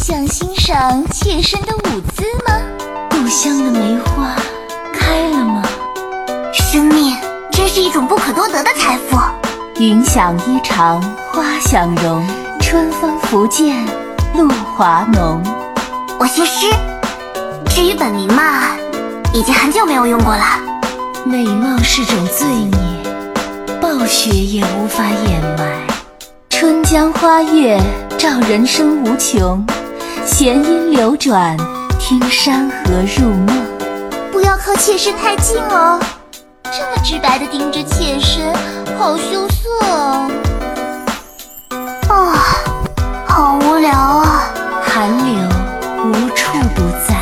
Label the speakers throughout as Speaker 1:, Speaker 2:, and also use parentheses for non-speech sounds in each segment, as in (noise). Speaker 1: 想欣赏妾身的舞姿吗？故乡的梅花开了吗？
Speaker 2: 生命真是一种不可多得的财富。
Speaker 1: 云想衣裳花想容，春风拂槛露华浓。
Speaker 2: 我姓施，至于本名嘛，已经很久没有用过了。
Speaker 1: 美貌是种罪孽，暴雪也无法掩埋。春江花月照人生无穷，弦音流转，听山河入梦。
Speaker 2: 不要靠妾身太近哦。
Speaker 1: 这么直白的盯着妾身，好羞涩哦。
Speaker 2: 啊，好无聊啊！
Speaker 1: 寒流无处不在，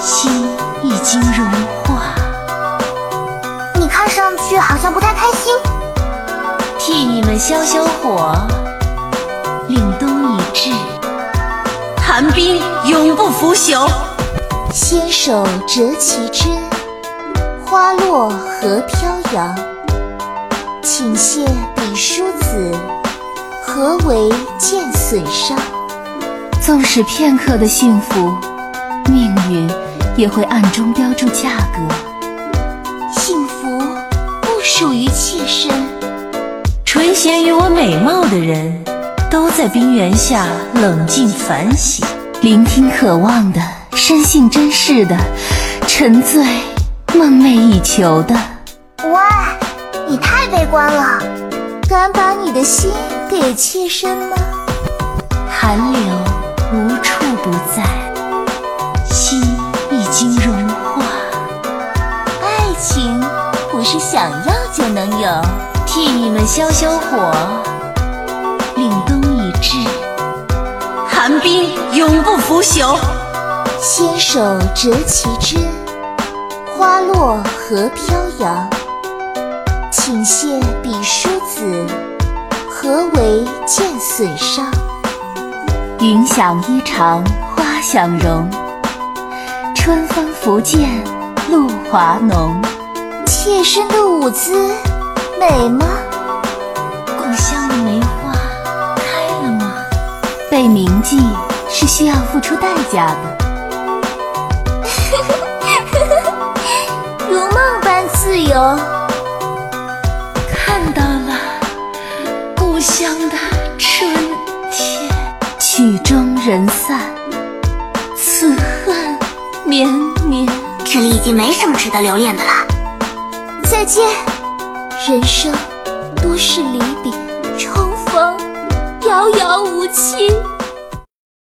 Speaker 1: 心已经融化。
Speaker 2: 你看上去好像不太开心。
Speaker 1: 替你们消消火，凛冬已至，寒冰永不腐朽。纤手折其枝，花落何飘摇。请谢彼书子，何为见损伤？纵使片刻的幸福，命运也会暗中标注价格。幸福不属于妾身。
Speaker 3: 垂涎于我美貌的人，都在冰原下冷静反省。
Speaker 1: 聆听渴望的，深信真实的，沉醉梦寐以求的，
Speaker 2: 喂，你太悲观了。
Speaker 1: 敢把你的心给妾身吗？寒流无处不在，心已经融化。爱情不是想要就能有，替你们消消火。凛冬已至，
Speaker 3: 寒冰永不腐朽。
Speaker 1: 纤手折其枝，花落何飘摇。请谢彼书子，何为见损伤？云想衣裳花想容，春风拂槛露华浓。妾身的舞姿美吗？故乡的梅花开了吗？被铭记是需要付出代价的。 (laughs) 如梦般自由，看到了故乡的春天。曲终人散，此恨绵绵。
Speaker 2: 这里已经没什么值得留恋的了。
Speaker 1: 再见。人生多是离别，重逢遥遥无期。